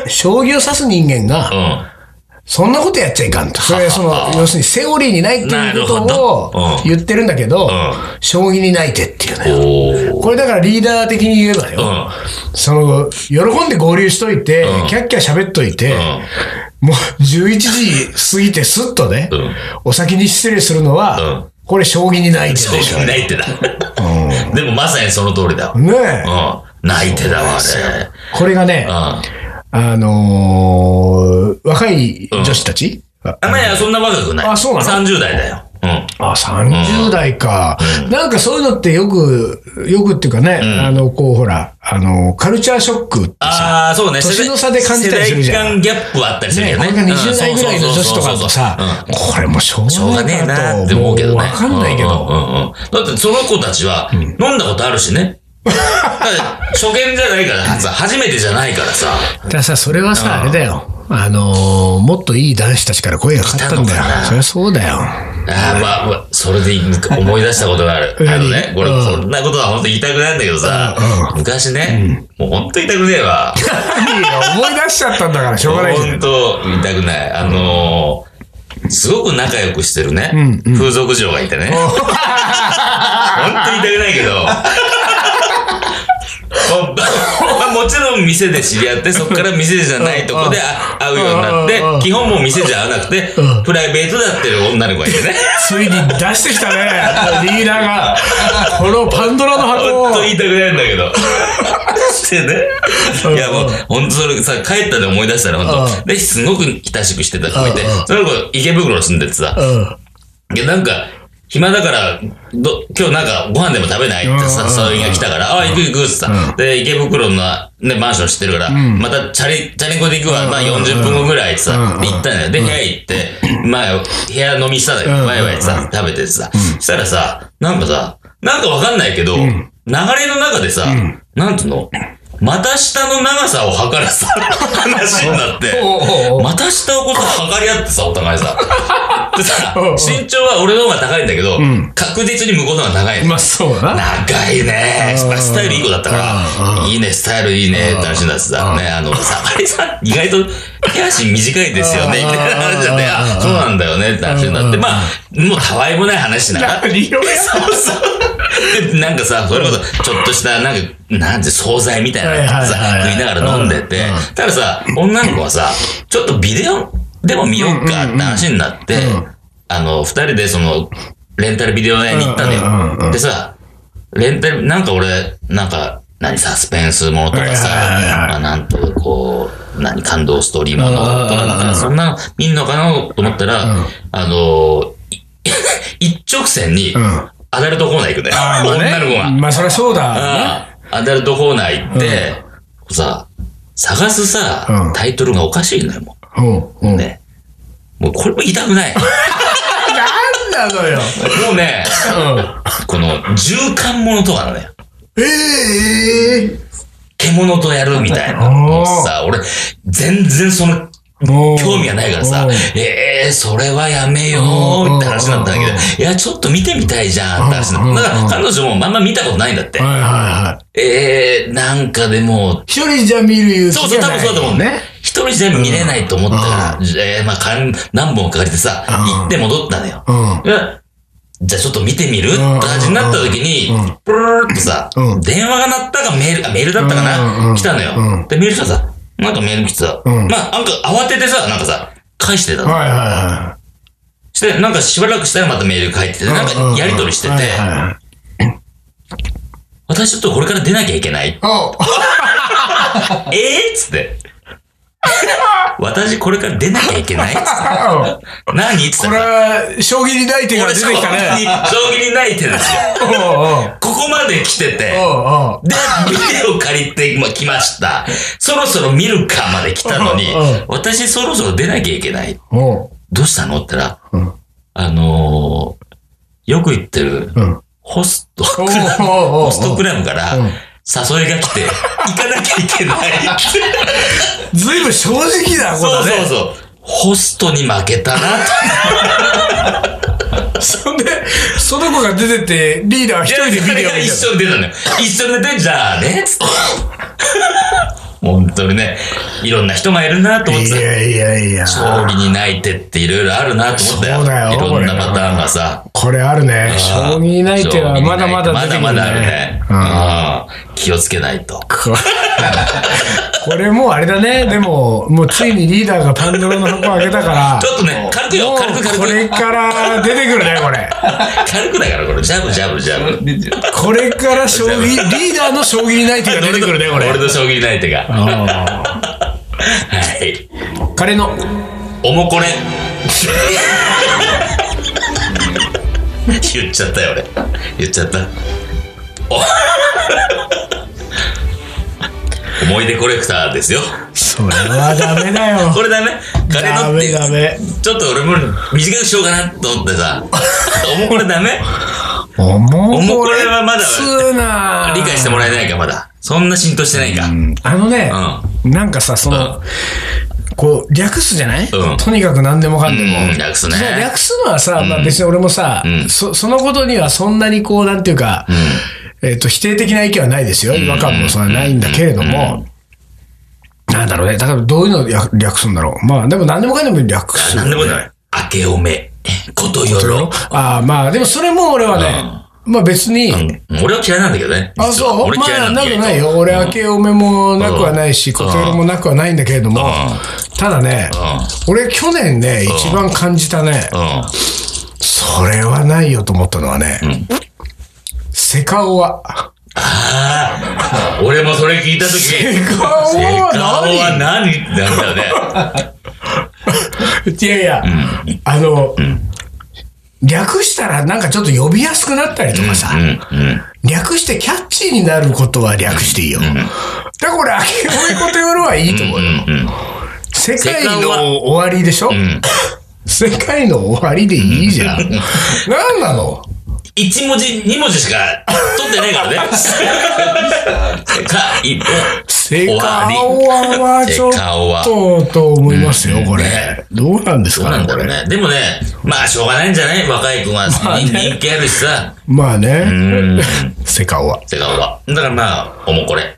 [SPEAKER 1] 将棋を指す人間
[SPEAKER 2] う
[SPEAKER 1] が、
[SPEAKER 2] んうん。
[SPEAKER 1] そんなことやっちゃいかんと。それはそ
[SPEAKER 2] は
[SPEAKER 1] の、要するにセオリーにないっていうこ
[SPEAKER 2] なる
[SPEAKER 1] と
[SPEAKER 2] ほど
[SPEAKER 1] を
[SPEAKER 2] うん
[SPEAKER 1] 言ってるんだけど
[SPEAKER 2] ん、
[SPEAKER 1] 将棋に泣いてっていうね。
[SPEAKER 2] おー。
[SPEAKER 1] これだからリーダー的に言えば
[SPEAKER 2] う
[SPEAKER 1] よ、
[SPEAKER 2] ん。
[SPEAKER 1] その、喜んで合流しといて、
[SPEAKER 2] ん
[SPEAKER 1] キャッキャ喋っといて、もう11時過ぎてすっとね、
[SPEAKER 2] うん
[SPEAKER 1] お先に失礼するのは、
[SPEAKER 2] うん
[SPEAKER 1] これ将棋に泣いて
[SPEAKER 2] 将
[SPEAKER 1] でしょ
[SPEAKER 2] 棋。にないってだ。でもまさにその通りだわ。
[SPEAKER 1] ねえ、
[SPEAKER 2] うん。泣いてだわ、あ
[SPEAKER 1] これがね、
[SPEAKER 2] れ。うん。
[SPEAKER 1] あのー若い女子たち、あ
[SPEAKER 2] あまあいや、そんな若くない。
[SPEAKER 1] あそうなの
[SPEAKER 2] 30代だよ。うん。
[SPEAKER 1] あ、30代か、
[SPEAKER 2] うん
[SPEAKER 1] なんかそういうのってよく、よくっていうかね、
[SPEAKER 2] ん
[SPEAKER 1] あの、こう、ほら、あの、カルチャーショックってさ、
[SPEAKER 2] ああ、そうね。
[SPEAKER 1] 年の差で感じたりするじゃん
[SPEAKER 2] 世代間ギャップはあったりする
[SPEAKER 1] ね、
[SPEAKER 2] よ
[SPEAKER 1] こ
[SPEAKER 2] ね。
[SPEAKER 1] れが20代ぐらいの女子とかだ
[SPEAKER 2] も
[SPEAKER 1] とさ、これもしょう
[SPEAKER 2] しょう
[SPEAKER 1] が
[SPEAKER 2] が
[SPEAKER 1] ね
[SPEAKER 2] ね
[SPEAKER 1] え
[SPEAKER 2] え
[SPEAKER 1] な
[SPEAKER 2] な
[SPEAKER 1] っ
[SPEAKER 2] ってて
[SPEAKER 1] 思
[SPEAKER 2] 思
[SPEAKER 1] う
[SPEAKER 2] う
[SPEAKER 1] け
[SPEAKER 2] け
[SPEAKER 1] ど
[SPEAKER 2] ど
[SPEAKER 1] ね。
[SPEAKER 2] ね。
[SPEAKER 1] わかんないけ
[SPEAKER 2] うんう
[SPEAKER 1] ど。
[SPEAKER 2] んうんだってその子たちは、飲んだことあるしね。だって初見じゃないからさ、初めてじゃないからさ。
[SPEAKER 1] たださ、それはさ、あれだよ。あのー、もっといい男子たちから声がかかったんだよ
[SPEAKER 2] 来たのか。な
[SPEAKER 1] そりゃそうだよ。
[SPEAKER 2] ああ、まあ、まあ、それで 思い出したことがある。
[SPEAKER 1] うん
[SPEAKER 2] あのね、これ、
[SPEAKER 1] うん
[SPEAKER 2] こんなことは本当言いたくないんだけどさ
[SPEAKER 1] うん、
[SPEAKER 2] 昔ね、もう本当言いたくねえわ。
[SPEAKER 1] いや思い出しちゃったんだから、しょうがないじゃな
[SPEAKER 2] 本
[SPEAKER 1] い。
[SPEAKER 2] 当言いたくない。あのー、すごく仲良くしてるね、
[SPEAKER 1] うん
[SPEAKER 2] 風俗嬢がいてね。本当言いたくない けど。ほんまあ、もちろん店で知り合って、そこから店じゃないとこであ会うようにな
[SPEAKER 1] うんうんうん
[SPEAKER 2] って、基本もう店じゃなくて
[SPEAKER 1] うん、
[SPEAKER 2] プライベートだってる女の子がいてね。
[SPEAKER 1] ついに出してきたね、リーダーが。このパンドラの 箱を
[SPEAKER 2] 本。当言いたくないんだ けど。して
[SPEAKER 1] うん
[SPEAKER 2] ね。いやもう、本当それさ、帰ったで思い出したら、本
[SPEAKER 1] うん
[SPEAKER 2] 当で、すごく親しくしてた子いて
[SPEAKER 1] うんうん、
[SPEAKER 2] その子、池袋住んでてさ、
[SPEAKER 1] うん。
[SPEAKER 2] いや、なんか、暇だから、ど、今日なんかご飯でも食べないって
[SPEAKER 1] うん
[SPEAKER 2] さ、誘いが来たから、ああ、行く行くってさ、で、池袋のね、マンション知ってるから、またチャリ、チャリンコで行くわ、まあ40分後ぐらいってさ、
[SPEAKER 1] うん
[SPEAKER 2] で行ったのよ。で、部屋行って、まあ、部屋飲みしただ
[SPEAKER 1] うん
[SPEAKER 2] よ。ワイワイさ、食べてさ、したらさ、なんかさ、なんかわかんないけど、流れの中でさ、なんつうの股下の長さを測 るさ、話になって。
[SPEAKER 1] おうおうおう
[SPEAKER 2] 股下をこう測り合ってさ、お互いさ。でさ、
[SPEAKER 1] うんうん
[SPEAKER 2] 身長は俺の方が高いんだけど、
[SPEAKER 1] ん
[SPEAKER 2] 確実に向こうの方が高い。
[SPEAKER 1] まあ、そうだな。
[SPEAKER 2] 長いね。
[SPEAKER 1] うん
[SPEAKER 2] まあスタイルいい子だったか
[SPEAKER 1] う
[SPEAKER 2] ら、いいね、スタイルいいねって話になってさ、ね、あの、さ、あれさ、意外と手足短いですよね、
[SPEAKER 1] うん
[SPEAKER 2] みたいな話で、
[SPEAKER 1] うん
[SPEAKER 2] あ、そうなんだよねって話になって、
[SPEAKER 1] うん
[SPEAKER 2] まあ、もうたわいもない話しながら、
[SPEAKER 1] 理由や。
[SPEAKER 2] そうそう。で、なんかさ、それこそ、ちょっとした、なんか、なんて、惣菜みたいなの
[SPEAKER 1] はい
[SPEAKER 2] さ
[SPEAKER 1] はいは、い
[SPEAKER 2] 食いながら飲んでて
[SPEAKER 1] うんうん、
[SPEAKER 2] たださ、女の子はさ、ちょっとビデオでも見ようかって話になって
[SPEAKER 1] うんうんうん、
[SPEAKER 2] あの、二人でその、レンタルビデオ屋に行った
[SPEAKER 1] うんうん
[SPEAKER 2] の
[SPEAKER 1] うんうん
[SPEAKER 2] よ。でさ、レンタル、なんか俺、なんか、何、サスペンスものとかさ、
[SPEAKER 1] はいはいはいはい
[SPEAKER 2] まあなんと、こう、何、感動ストーリーものとか、なん
[SPEAKER 1] うんうんうん
[SPEAKER 2] かそんなの見んのかなと思ったら
[SPEAKER 1] うん、
[SPEAKER 2] あの、い 一直線に、
[SPEAKER 1] うん。
[SPEAKER 2] アダルトコーナー行くね。
[SPEAKER 1] ああ、まあ
[SPEAKER 2] 女の子が。
[SPEAKER 1] ね。まあ、そりゃそうだ。
[SPEAKER 2] うんアダルトコーナー行って、さ、探すさ、
[SPEAKER 1] うん
[SPEAKER 2] タイトルがおかしいのよ、も
[SPEAKER 1] うん。うん。なん
[SPEAKER 2] う。ね。もうこれも痛くない。も
[SPEAKER 1] なのよ。
[SPEAKER 2] うね、
[SPEAKER 1] うん。
[SPEAKER 2] この、循環ものとかなのよ。
[SPEAKER 1] えええ
[SPEAKER 2] 獣とやるみたいな。
[SPEAKER 1] おー
[SPEAKER 2] もうさ、俺、全然その、
[SPEAKER 1] えもう
[SPEAKER 2] 興味がないから
[SPEAKER 1] う
[SPEAKER 2] さ
[SPEAKER 1] ん、
[SPEAKER 2] えー、それはやめようって話になったんだ
[SPEAKER 1] うん
[SPEAKER 2] けど、いや、ちょっと見てみたいじゃんって話になった。だから、彼女もあんま見たことないんだって
[SPEAKER 1] はい。はいはい。
[SPEAKER 2] えー、なんかでも、
[SPEAKER 1] 一人じゃ見る勇気
[SPEAKER 2] そうそう、
[SPEAKER 1] が
[SPEAKER 2] 多
[SPEAKER 1] な
[SPEAKER 2] 分
[SPEAKER 1] い
[SPEAKER 2] そうだと思うね。。一人じゃ見れないと思ったから、えー、まあ、かん何本か借りてさ、
[SPEAKER 1] うん
[SPEAKER 2] 行って戻ったのよ。
[SPEAKER 1] うん。
[SPEAKER 2] でじゃあちょっと見てみるって感じになった時に
[SPEAKER 1] うん、
[SPEAKER 2] プルルルってさ
[SPEAKER 1] うん、
[SPEAKER 2] 電話が鳴ったかメール、あメールだったか
[SPEAKER 1] うんうん
[SPEAKER 2] な来たの
[SPEAKER 1] うん
[SPEAKER 2] よ。で、メールしたらさ、なんかメール来てさ、
[SPEAKER 1] うん
[SPEAKER 2] まあ、なんか慌ててさ、なんかさ、返してたの。
[SPEAKER 1] はいは
[SPEAKER 2] して、なんかしばらくしたらまたメール返ってて、
[SPEAKER 1] いはい。
[SPEAKER 2] なんかやりとりしてて
[SPEAKER 1] うん、はいはいはい
[SPEAKER 2] 私ちょっとこれから出なきゃいけない
[SPEAKER 1] お
[SPEAKER 2] えー、っつって。私これから出なきゃいけないっつって
[SPEAKER 1] あ
[SPEAKER 2] 何っつっ
[SPEAKER 1] こ
[SPEAKER 2] て
[SPEAKER 1] れは、将棋にない手が
[SPEAKER 2] 俺
[SPEAKER 1] 出てきたね。
[SPEAKER 2] 将棋にない手ですよ。
[SPEAKER 1] おうおう
[SPEAKER 2] ここまで来てて、
[SPEAKER 1] おうおう
[SPEAKER 2] で、ビデオ借りて今来ました。そろそろ見るかまで来たのに
[SPEAKER 1] うんうん、
[SPEAKER 2] 私そろそろ出なきゃいけない。
[SPEAKER 1] おう
[SPEAKER 2] どうしたのって言ったら、
[SPEAKER 1] うん
[SPEAKER 2] あのー、よく行ってる
[SPEAKER 1] うん
[SPEAKER 2] ホストク
[SPEAKER 1] おう
[SPEAKER 2] ラブ、
[SPEAKER 1] おうおうおう
[SPEAKER 2] ホストクラブから
[SPEAKER 1] うん
[SPEAKER 2] 誘いが来て、行かなきゃいけないって。
[SPEAKER 1] ずいぶん正直だ、こ
[SPEAKER 2] そう
[SPEAKER 1] れ
[SPEAKER 2] そう
[SPEAKER 1] ね。
[SPEAKER 2] そう。ホストに負けたなと。
[SPEAKER 1] そんで、その子が出てて、リーダーは一人でビデオ見て
[SPEAKER 2] 一
[SPEAKER 1] る。
[SPEAKER 2] 緒に出たのよ。一緒に出て、じゃあね、つって。 本当にね、いろんな人がいるなと思っ
[SPEAKER 1] い
[SPEAKER 2] てた。
[SPEAKER 1] やいやいや。
[SPEAKER 2] 将棋に泣いてっていろいろあるなと思ったよ。
[SPEAKER 1] そうだよ
[SPEAKER 2] いろんな
[SPEAKER 1] これ
[SPEAKER 2] パターンがさ。
[SPEAKER 1] これあるね。将棋にない手はまだまだ
[SPEAKER 2] ま
[SPEAKER 1] 出てく
[SPEAKER 2] だ
[SPEAKER 1] る
[SPEAKER 2] ま
[SPEAKER 1] ね。
[SPEAKER 2] だあるね。
[SPEAKER 1] うん
[SPEAKER 2] うん気をつけないと。
[SPEAKER 1] ここれもうあれだね。でも、もうついにリーダーがパンドラの箱を開けたから。
[SPEAKER 2] ちょっとね、軽くよ、
[SPEAKER 1] もう
[SPEAKER 2] 軽く軽
[SPEAKER 1] これ
[SPEAKER 2] く。
[SPEAKER 1] から出てくるね、これ。
[SPEAKER 2] 軽くだから、これ。ジャブ、ジャブ、ジャブ。
[SPEAKER 1] これから将棋、リーダーの将棋にない手が出てくるね、こ
[SPEAKER 2] 俺
[SPEAKER 1] れ。
[SPEAKER 2] の将棋に泣いてが。は
[SPEAKER 1] あ
[SPEAKER 2] い。
[SPEAKER 1] ー彼の
[SPEAKER 2] おもこれ。言っちゃったよ俺言っちゃったお思い出コレクターですよ
[SPEAKER 1] それはダメだよ。
[SPEAKER 2] これダメ金
[SPEAKER 1] ダ
[SPEAKER 2] のって
[SPEAKER 1] メダメ。
[SPEAKER 2] ちょっと俺も短くしようかなと思ってさおもこれダメ
[SPEAKER 1] おも
[SPEAKER 2] おもこ
[SPEAKER 1] これ
[SPEAKER 2] れはまだ
[SPEAKER 1] つーな
[SPEAKER 2] 理解してもらえないかまだそんな浸透してないか
[SPEAKER 1] うんあのね、なんかさ、その、こう、略すじゃない、
[SPEAKER 2] うん
[SPEAKER 1] とにかく何でもかんでも。
[SPEAKER 2] うん略すね
[SPEAKER 1] そう略すのはさ、まあ別に俺もさ、
[SPEAKER 2] うん
[SPEAKER 1] そ、そのことにはそんなにこう、なんていうか、えっ、と、否定的な意見はないですよ。違和感もそんなないんだけれども、なんだろうね。だからどういうのを略略すんだろう。まあでも何でもかんでも略すよ
[SPEAKER 2] 何
[SPEAKER 1] ね、
[SPEAKER 2] でもない明けおめことよろ
[SPEAKER 1] ああ、まあでもそれも俺はね、まあ別に、
[SPEAKER 2] うん俺は嫌いなんだけどね
[SPEAKER 1] あ、そう
[SPEAKER 2] 俺
[SPEAKER 1] ま
[SPEAKER 2] 嫌い
[SPEAKER 1] あ、
[SPEAKER 2] なん
[SPEAKER 1] な
[SPEAKER 2] だ
[SPEAKER 1] ん
[SPEAKER 2] け
[SPEAKER 1] か
[SPEAKER 2] ど
[SPEAKER 1] ないよ。俺、明けおめもなくはないし、小手もなくはないんだけれども、ただね、俺去年ね、一番感じたね、
[SPEAKER 2] うん
[SPEAKER 1] それはないよと思ったのはね、セカオワ。
[SPEAKER 2] ああ、俺もそれ聞いたとき、セ
[SPEAKER 1] カオ
[SPEAKER 2] カオは
[SPEAKER 1] は
[SPEAKER 2] 何ってなったよね。
[SPEAKER 1] いやいや、あの、略したらなんかちょっと呼びやすくなったりとかさ、
[SPEAKER 2] うん、うん。
[SPEAKER 1] 略してキャッチーになることは略していいよ。だから俺、明けおめことよりはいいと思うよ。世界の終わりでしょ、 世界の終わりでいいじゃん。何なの
[SPEAKER 2] 一文字、二文字しか取ってないから ね。か、い、
[SPEAKER 1] セ
[SPEAKER 2] 終
[SPEAKER 1] カ
[SPEAKER 2] わり
[SPEAKER 1] オワはちょ
[SPEAKER 2] セカオワ
[SPEAKER 1] っと、と思いますよ、これ
[SPEAKER 2] ね。
[SPEAKER 1] どうなんです
[SPEAKER 2] どう
[SPEAKER 1] か
[SPEAKER 2] な
[SPEAKER 1] ね、
[SPEAKER 2] んだ
[SPEAKER 1] こ
[SPEAKER 2] ろう
[SPEAKER 1] れ。
[SPEAKER 2] ね。でもね、まあ、しょうがないんじゃない若い子が人人気あるしさ。
[SPEAKER 1] まあ
[SPEAKER 2] う
[SPEAKER 1] ね、
[SPEAKER 2] ん。
[SPEAKER 1] セカオワ。
[SPEAKER 2] セカオは。だからまあ、おも これ。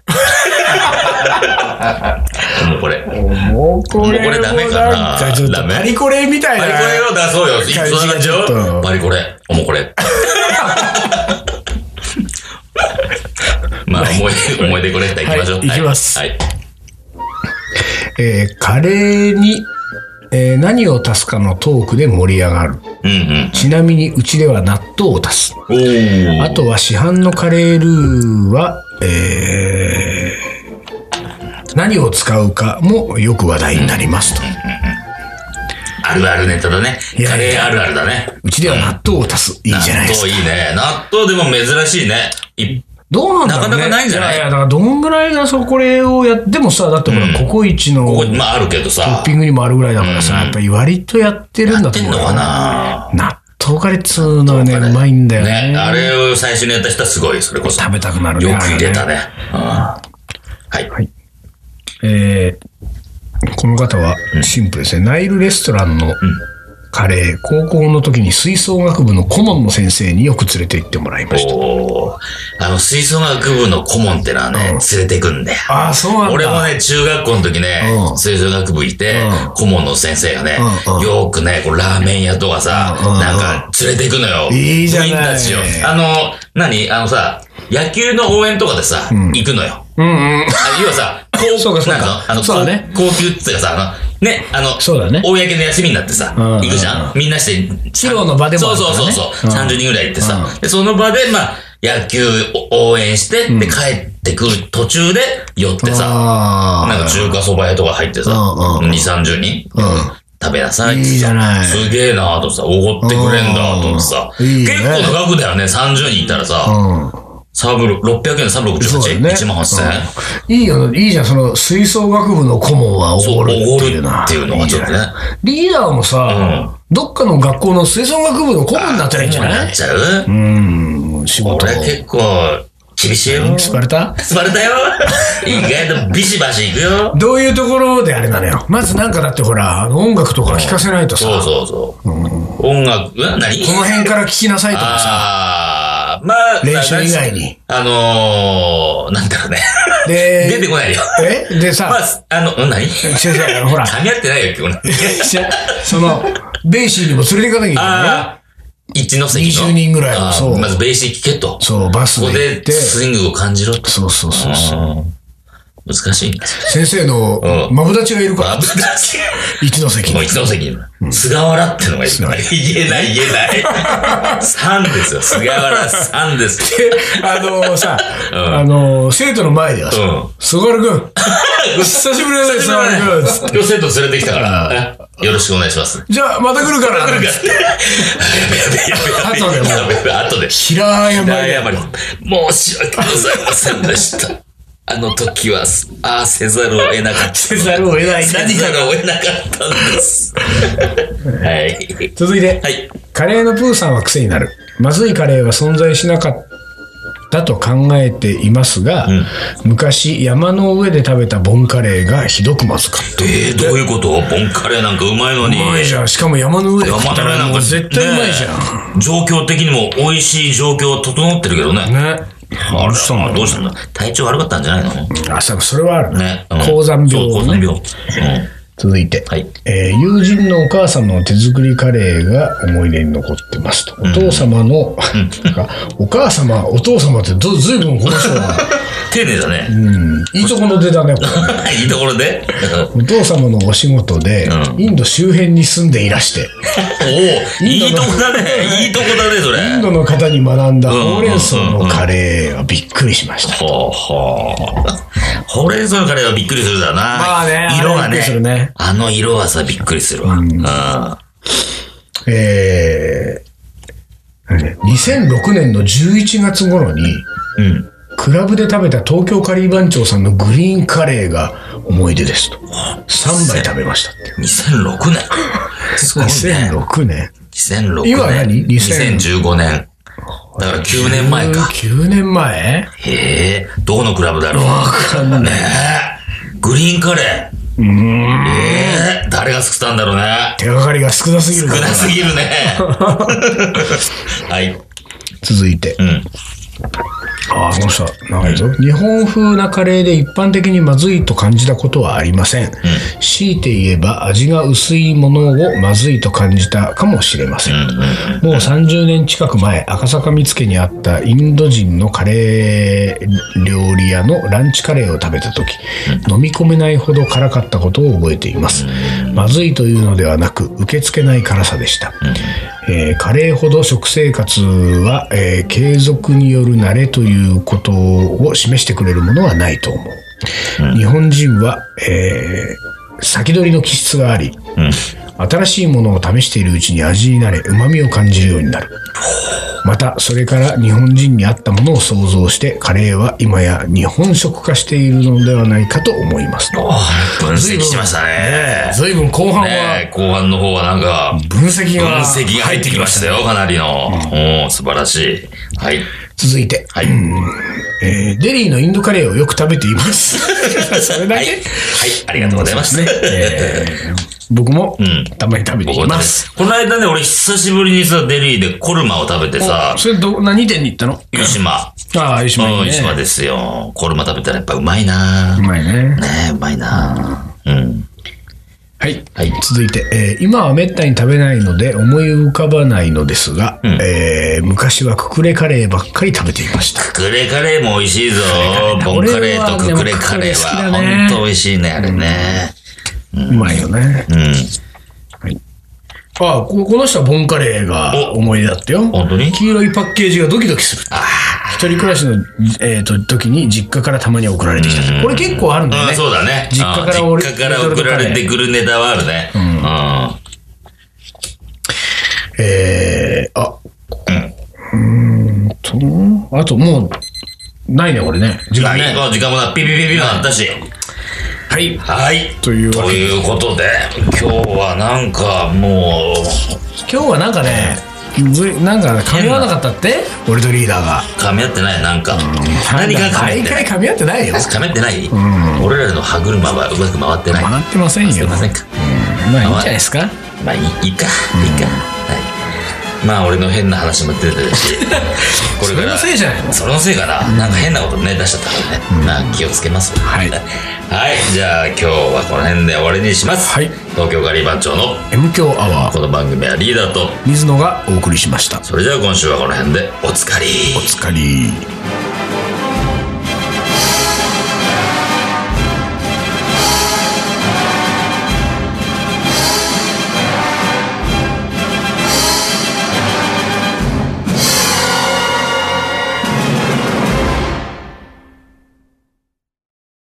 [SPEAKER 2] おもこれ。パリ
[SPEAKER 1] もうこれ
[SPEAKER 2] もうこれダ
[SPEAKER 1] も
[SPEAKER 2] メかな
[SPEAKER 1] なんかちょっと
[SPEAKER 2] ダメ
[SPEAKER 1] パリコレみたいな。
[SPEAKER 2] コレを出そうよ。
[SPEAKER 1] 感じ
[SPEAKER 2] そんな感じ
[SPEAKER 1] ちょっ
[SPEAKER 2] よ。
[SPEAKER 1] と
[SPEAKER 2] パリコレ、おも これ。まあ、思い出、思い出コレクター行きましょう。
[SPEAKER 1] はい行きます
[SPEAKER 2] はい。
[SPEAKER 1] えーカレーに、えー何を足すかのトークで盛り上がる。
[SPEAKER 2] うんうん。
[SPEAKER 1] ちなみにうちでは納豆を足す。
[SPEAKER 2] おー
[SPEAKER 1] あとは市販のカレールーは、えー何を使うかもよく話題になりますと。
[SPEAKER 2] あるあるネタだね。
[SPEAKER 1] いや
[SPEAKER 2] カレーあるあるだね。
[SPEAKER 1] うちでは納豆を足す。いいじゃないですか。
[SPEAKER 2] 納豆いいね。納豆でも珍しいね。い
[SPEAKER 1] どうなんだろうね。
[SPEAKER 2] なかなかないんじゃな
[SPEAKER 1] や
[SPEAKER 2] い
[SPEAKER 1] いや、だからどんぐらいがそう、これをやっ、でもさ、だってほら、ココイチの
[SPEAKER 2] ここ
[SPEAKER 1] ト
[SPEAKER 2] に、まああるけどさ
[SPEAKER 1] ッ。ピングにもあるぐらいだからさ、やっぱり割とやってるんだ
[SPEAKER 2] やっ
[SPEAKER 1] と
[SPEAKER 2] てん
[SPEAKER 1] 思う
[SPEAKER 2] の
[SPEAKER 1] よ。
[SPEAKER 2] かな
[SPEAKER 1] 納豆カレーっつうのはね、うまいんだよね。
[SPEAKER 2] ね。あれを最初にやった人はすごい、それこそ。
[SPEAKER 1] 食べたくなるね
[SPEAKER 2] よく入れたね。うんはい。
[SPEAKER 1] えーこの方はシンプルですね、ナイルレストランのカレー高校の時に吹奏楽部の顧問の先生によく連れて行ってもらいました
[SPEAKER 2] おーあの、吹奏楽部の顧問ってのはね、連れてくんだよ。
[SPEAKER 1] ああそうなんだ
[SPEAKER 2] 俺もね、中学校の時ね
[SPEAKER 1] う、ん
[SPEAKER 2] 吹奏楽部いて
[SPEAKER 1] う、
[SPEAKER 2] 顧問の先生がね
[SPEAKER 1] うんう、ん
[SPEAKER 2] よくね、こうラーメン屋とかさ、
[SPEAKER 1] うんうん
[SPEAKER 2] なんか連れてくのよ。
[SPEAKER 1] いいじゃない
[SPEAKER 2] 部員たちをあの、何あのさ、野球の応援とかでさ、行くのよ。
[SPEAKER 1] うんうん
[SPEAKER 2] あ要はさ、こう
[SPEAKER 1] そうかそうか
[SPEAKER 2] なんあの、
[SPEAKER 1] そうだね
[SPEAKER 2] 高高級っていうかさ、あの、ね、あの、
[SPEAKER 1] そうだね
[SPEAKER 2] 公の休みになってさ、
[SPEAKER 1] うんうんうん
[SPEAKER 2] 行くじゃんみんなして、
[SPEAKER 1] 披露の場でもあるか
[SPEAKER 2] そ
[SPEAKER 1] ら
[SPEAKER 2] う
[SPEAKER 1] ね
[SPEAKER 2] そうそうそう、
[SPEAKER 1] うん
[SPEAKER 2] 30人ぐらい行ってさ、で、その場で、まあ、野球を応援して、で、帰ってくる途中で寄ってさ、
[SPEAKER 1] あ
[SPEAKER 2] なんか中華そば屋とか入ってさ、
[SPEAKER 1] うんうん
[SPEAKER 2] 2、30人、
[SPEAKER 1] ん
[SPEAKER 2] 食べなさい
[SPEAKER 1] い
[SPEAKER 2] って
[SPEAKER 1] いじゃない
[SPEAKER 2] すげえなぁとさ、おごってくれんだと思ってさ、
[SPEAKER 1] うんいいね
[SPEAKER 2] 結構な額だよね、30人いたらさ、
[SPEAKER 1] あ
[SPEAKER 2] サブロ600円、
[SPEAKER 1] そうだ
[SPEAKER 2] 368円、
[SPEAKER 1] ね
[SPEAKER 2] 1万8000円。
[SPEAKER 1] うん、いいよ、いいじゃん、その吹奏楽部の顧問はおごるっていうのは。
[SPEAKER 2] そうおごるっていうのがちょっと
[SPEAKER 1] いいじゃ
[SPEAKER 2] ね
[SPEAKER 1] ないリーダーもさ、どっかの学校の吹奏楽部の顧問になったらいいんじゃ
[SPEAKER 2] な
[SPEAKER 1] な
[SPEAKER 2] っ
[SPEAKER 1] い
[SPEAKER 2] ちゃう
[SPEAKER 1] うん、仕事。
[SPEAKER 2] 俺結構、厳しいよ。
[SPEAKER 1] スパルタ
[SPEAKER 2] スパルタ よ意外とビシバシいくよ。
[SPEAKER 1] どういうところであれなのよ。まずなんかだってほら、あの音楽とか聞かせないとさ、
[SPEAKER 2] そうそうそう。音楽、うん何
[SPEAKER 1] この辺から聞きなさいとかさ、
[SPEAKER 2] あー、まあ、
[SPEAKER 1] 練習以外に。
[SPEAKER 2] あのー、なんだろうね。
[SPEAKER 1] で、
[SPEAKER 2] 出てこないよ。
[SPEAKER 1] えでさ、
[SPEAKER 2] まあ、あの、うん何
[SPEAKER 1] 先生、ほら、
[SPEAKER 2] 噛み合ってないよ、今日。
[SPEAKER 1] その、ベーシーにも連れて行かなきゃい
[SPEAKER 2] あー、一ノ関の。
[SPEAKER 1] 20人ぐらい
[SPEAKER 2] あー
[SPEAKER 1] そう
[SPEAKER 2] まずベーシック聞けと。
[SPEAKER 1] けないね。そう、バス
[SPEAKER 2] ここ
[SPEAKER 1] で行っ
[SPEAKER 2] で
[SPEAKER 1] て、
[SPEAKER 2] スイングを感じろと。
[SPEAKER 1] そうそうそうそう。
[SPEAKER 2] うん難しいん だ。
[SPEAKER 1] 先生の
[SPEAKER 2] うん
[SPEAKER 1] マブダチがいるから、
[SPEAKER 2] 危なしい。
[SPEAKER 1] 一ノ関
[SPEAKER 2] もう
[SPEAKER 1] に。
[SPEAKER 2] 一ノ関にいる。菅原ってのがいる。言えない言えない。さんですよ。菅原さんです。
[SPEAKER 1] であのさ、
[SPEAKER 2] ん
[SPEAKER 1] あの、生徒の前では
[SPEAKER 2] う
[SPEAKER 1] さ、
[SPEAKER 2] ん。
[SPEAKER 1] すがるく ん、久しぶりだね、すがるくん。
[SPEAKER 2] 今日生徒連れてきたから、よろしくお願いします。
[SPEAKER 1] じゃあ、 また来るから。
[SPEAKER 2] やべやべやべやべやべ。後で。
[SPEAKER 1] 平山
[SPEAKER 2] 大
[SPEAKER 1] や。
[SPEAKER 2] 謝り。申し訳ございませんでした。あの時は、ああ、せざるを得なかった。
[SPEAKER 1] せざるを得ない
[SPEAKER 2] せざるを得なかったん です。はい。
[SPEAKER 1] 続いて、
[SPEAKER 2] はい。
[SPEAKER 1] カレーのプーさんは癖になる。まずいカレーは存在しなかったと考えていますが、昔山の上で食べたボンカレーがひどくまずかった。
[SPEAKER 2] えー、どういうことボンカレーなんかうまいのに。
[SPEAKER 1] うまいじゃん。しかも山の上で食
[SPEAKER 2] 山
[SPEAKER 1] った
[SPEAKER 2] 田
[SPEAKER 1] ら
[SPEAKER 2] なん
[SPEAKER 1] も
[SPEAKER 2] か
[SPEAKER 1] う絶対うまいじゃん。
[SPEAKER 2] ん。状況的にも美味しい状況整ってるけどね。
[SPEAKER 1] ね。
[SPEAKER 2] あれさ、どうしたんだ体調悪かったんじゃないの
[SPEAKER 1] あ、そうそれはある
[SPEAKER 2] ね
[SPEAKER 1] ね。。高山
[SPEAKER 2] そう
[SPEAKER 1] 病
[SPEAKER 2] 高
[SPEAKER 1] を
[SPEAKER 2] 山
[SPEAKER 1] ね。
[SPEAKER 2] 病。うん。
[SPEAKER 1] 続いて。
[SPEAKER 2] はい。
[SPEAKER 1] えー友人のお母様の手作りカレーが思い出に残ってますと。お父様の、なんかお母様、お父様ってどずいぶんこの人は、
[SPEAKER 2] 丁寧だね。
[SPEAKER 1] うん、いいとこの出だね、これ。
[SPEAKER 2] いいところで。
[SPEAKER 1] お父様のお仕事で、
[SPEAKER 2] う
[SPEAKER 1] インド周辺に住んでいらして、
[SPEAKER 2] おお、いいとこだね。いいとこだね、それ。
[SPEAKER 1] インドの方に学んだほうれん草のカレーはびっくりしました。
[SPEAKER 2] ほうほう。ほうれん草のカレーはびっくりするだな。
[SPEAKER 1] まあね
[SPEAKER 2] 色が
[SPEAKER 1] あれびっくりする
[SPEAKER 2] ね
[SPEAKER 1] ね。
[SPEAKER 2] あの色はさ、びっくりするわ。うん。
[SPEAKER 1] えー、2006年の11月頃に、
[SPEAKER 2] うん。
[SPEAKER 1] クラブで食べた東京カリー番長さんのグリーンカレーが思い出ですと。3杯食べましたって。
[SPEAKER 2] 2006年。すごいね。
[SPEAKER 1] 2006年
[SPEAKER 2] 2006年。
[SPEAKER 1] 今何2000
[SPEAKER 2] ?2015 年。だから9年前か。
[SPEAKER 1] 9年前
[SPEAKER 2] へえ、どこのクラブだろう。
[SPEAKER 1] わかんない。
[SPEAKER 2] ねえ。グリーンカレー。
[SPEAKER 1] うーん。
[SPEAKER 2] ええ、誰が作ったんだろうね。
[SPEAKER 1] 手がかりが少なすぎる
[SPEAKER 2] 少
[SPEAKER 1] か
[SPEAKER 2] な
[SPEAKER 1] ら。
[SPEAKER 2] すぎる ね。はい。
[SPEAKER 1] 続いて。
[SPEAKER 2] うん。
[SPEAKER 1] ああ、この人は長いぞ。日本風なカレーで一般的にまずいと感じたことはありません。強いて言えば味が薄いものをまずいと感じたかもしれません。もう30年近く前、赤坂見附にあったインド人のカレー料理屋のランチカレーを食べた時、飲み込めないほど辛かったことを覚えています。まずいというのではなく、受け付けない辛さでした。えーカレーほど食生活は、えー継続による慣れということを示してくれるものはないと思う。日本人は、えー先取りの気質があり、新しいものを試しているうちに味になれ、旨味を感じるようになる。また、それから日本人に合ったものを想像して、カレーは今や日本食化しているのではないかと思います。
[SPEAKER 2] 分析しましたね。
[SPEAKER 1] 随分後半
[SPEAKER 2] ねえ後半の方はなんか、
[SPEAKER 1] 分析
[SPEAKER 2] 分
[SPEAKER 1] が
[SPEAKER 2] 析が入ってきましたよ、かなりの。おー素晴らしい。はい。
[SPEAKER 1] 続いて、
[SPEAKER 2] はい。
[SPEAKER 1] えーデリーのインドカレーをよく食べてい ます。それだ
[SPEAKER 2] はい。はい
[SPEAKER 1] け、
[SPEAKER 2] ありがとうございます。
[SPEAKER 1] えー僕も
[SPEAKER 2] ん
[SPEAKER 1] たまに食べて
[SPEAKER 2] 僕
[SPEAKER 1] い
[SPEAKER 2] はね
[SPEAKER 1] ます。
[SPEAKER 2] この間ね、俺久しぶりにさ、デリーでコルマを食べてさ、
[SPEAKER 1] それど、何店に行ったの
[SPEAKER 2] 湯島。
[SPEAKER 1] ああ、湯島
[SPEAKER 2] うん、
[SPEAKER 1] に、
[SPEAKER 2] 湯島
[SPEAKER 1] ね。
[SPEAKER 2] ですよ。コルマ食べたらやっぱうまいな
[SPEAKER 1] う
[SPEAKER 2] ね
[SPEAKER 1] まいね。
[SPEAKER 2] え、うまいなうん。
[SPEAKER 1] はい。
[SPEAKER 2] はい。
[SPEAKER 1] 続いて、えー今はめったに食べないので思い浮かばないのですが、えー昔はククレカレーばっかり食べていました。
[SPEAKER 2] ククレカレーも美味しいぞ。ボンカレーとククレカレーは、
[SPEAKER 1] 俺はね
[SPEAKER 2] ほんと美味しいね、あれね。
[SPEAKER 1] うまいよね。
[SPEAKER 2] うん。
[SPEAKER 1] ああ、ここの人はボンカレーが思い出だったよ。
[SPEAKER 2] 本当に
[SPEAKER 1] 黄色いパッケージがドキドキする。一人暮らしの、えー、と時に実家からたまに送られてきた。これ結構あるんだよ
[SPEAKER 2] う
[SPEAKER 1] ね。
[SPEAKER 2] ん、そうだね。
[SPEAKER 1] 実家から
[SPEAKER 2] うん
[SPEAKER 1] 俺
[SPEAKER 2] 実家から送られてくるネタはあるね。う
[SPEAKER 1] えー、あ、うーんと、あともう、ないね、これね。時
[SPEAKER 2] ん。
[SPEAKER 1] 間
[SPEAKER 2] いい
[SPEAKER 1] ね。
[SPEAKER 2] 時間もな、ピピピピもなったし。
[SPEAKER 1] はい。
[SPEAKER 2] はい。
[SPEAKER 1] というわ
[SPEAKER 2] と
[SPEAKER 1] けで
[SPEAKER 2] いうことで、今日はなんかもう、
[SPEAKER 1] 今日はなんかね、ずいなんか噛み合わなかったって俺とリーダーが。
[SPEAKER 2] 噛み合ってない、なんか。何か噛み合
[SPEAKER 1] 毎
[SPEAKER 2] ってな
[SPEAKER 1] 回
[SPEAKER 2] い。
[SPEAKER 1] 噛み合ってないよ。
[SPEAKER 2] 噛み合ってない俺らの歯車はうまく回ってない。
[SPEAKER 1] 回ってません
[SPEAKER 2] すい
[SPEAKER 1] よ。
[SPEAKER 2] ませんか。
[SPEAKER 1] まあいいんじゃないですか。
[SPEAKER 2] まあいいいいか、いいか。はい。まあ俺の変な話も出て るし、これ
[SPEAKER 1] そ
[SPEAKER 2] か
[SPEAKER 1] れの
[SPEAKER 2] ら。
[SPEAKER 1] せいじゃないの
[SPEAKER 2] それのせいかな、なんか変なことね出しちゃったからね、まあ気をつけますはい、はい、じゃあ今日はこの辺で終わりにします、
[SPEAKER 1] はい
[SPEAKER 2] 東京ガリバン長の
[SPEAKER 1] M 強アワー、
[SPEAKER 2] この番組はリーダーと
[SPEAKER 1] 水野がお送りしました。
[SPEAKER 2] それじゃあ今週はこの辺でおつかり
[SPEAKER 1] お疲れ。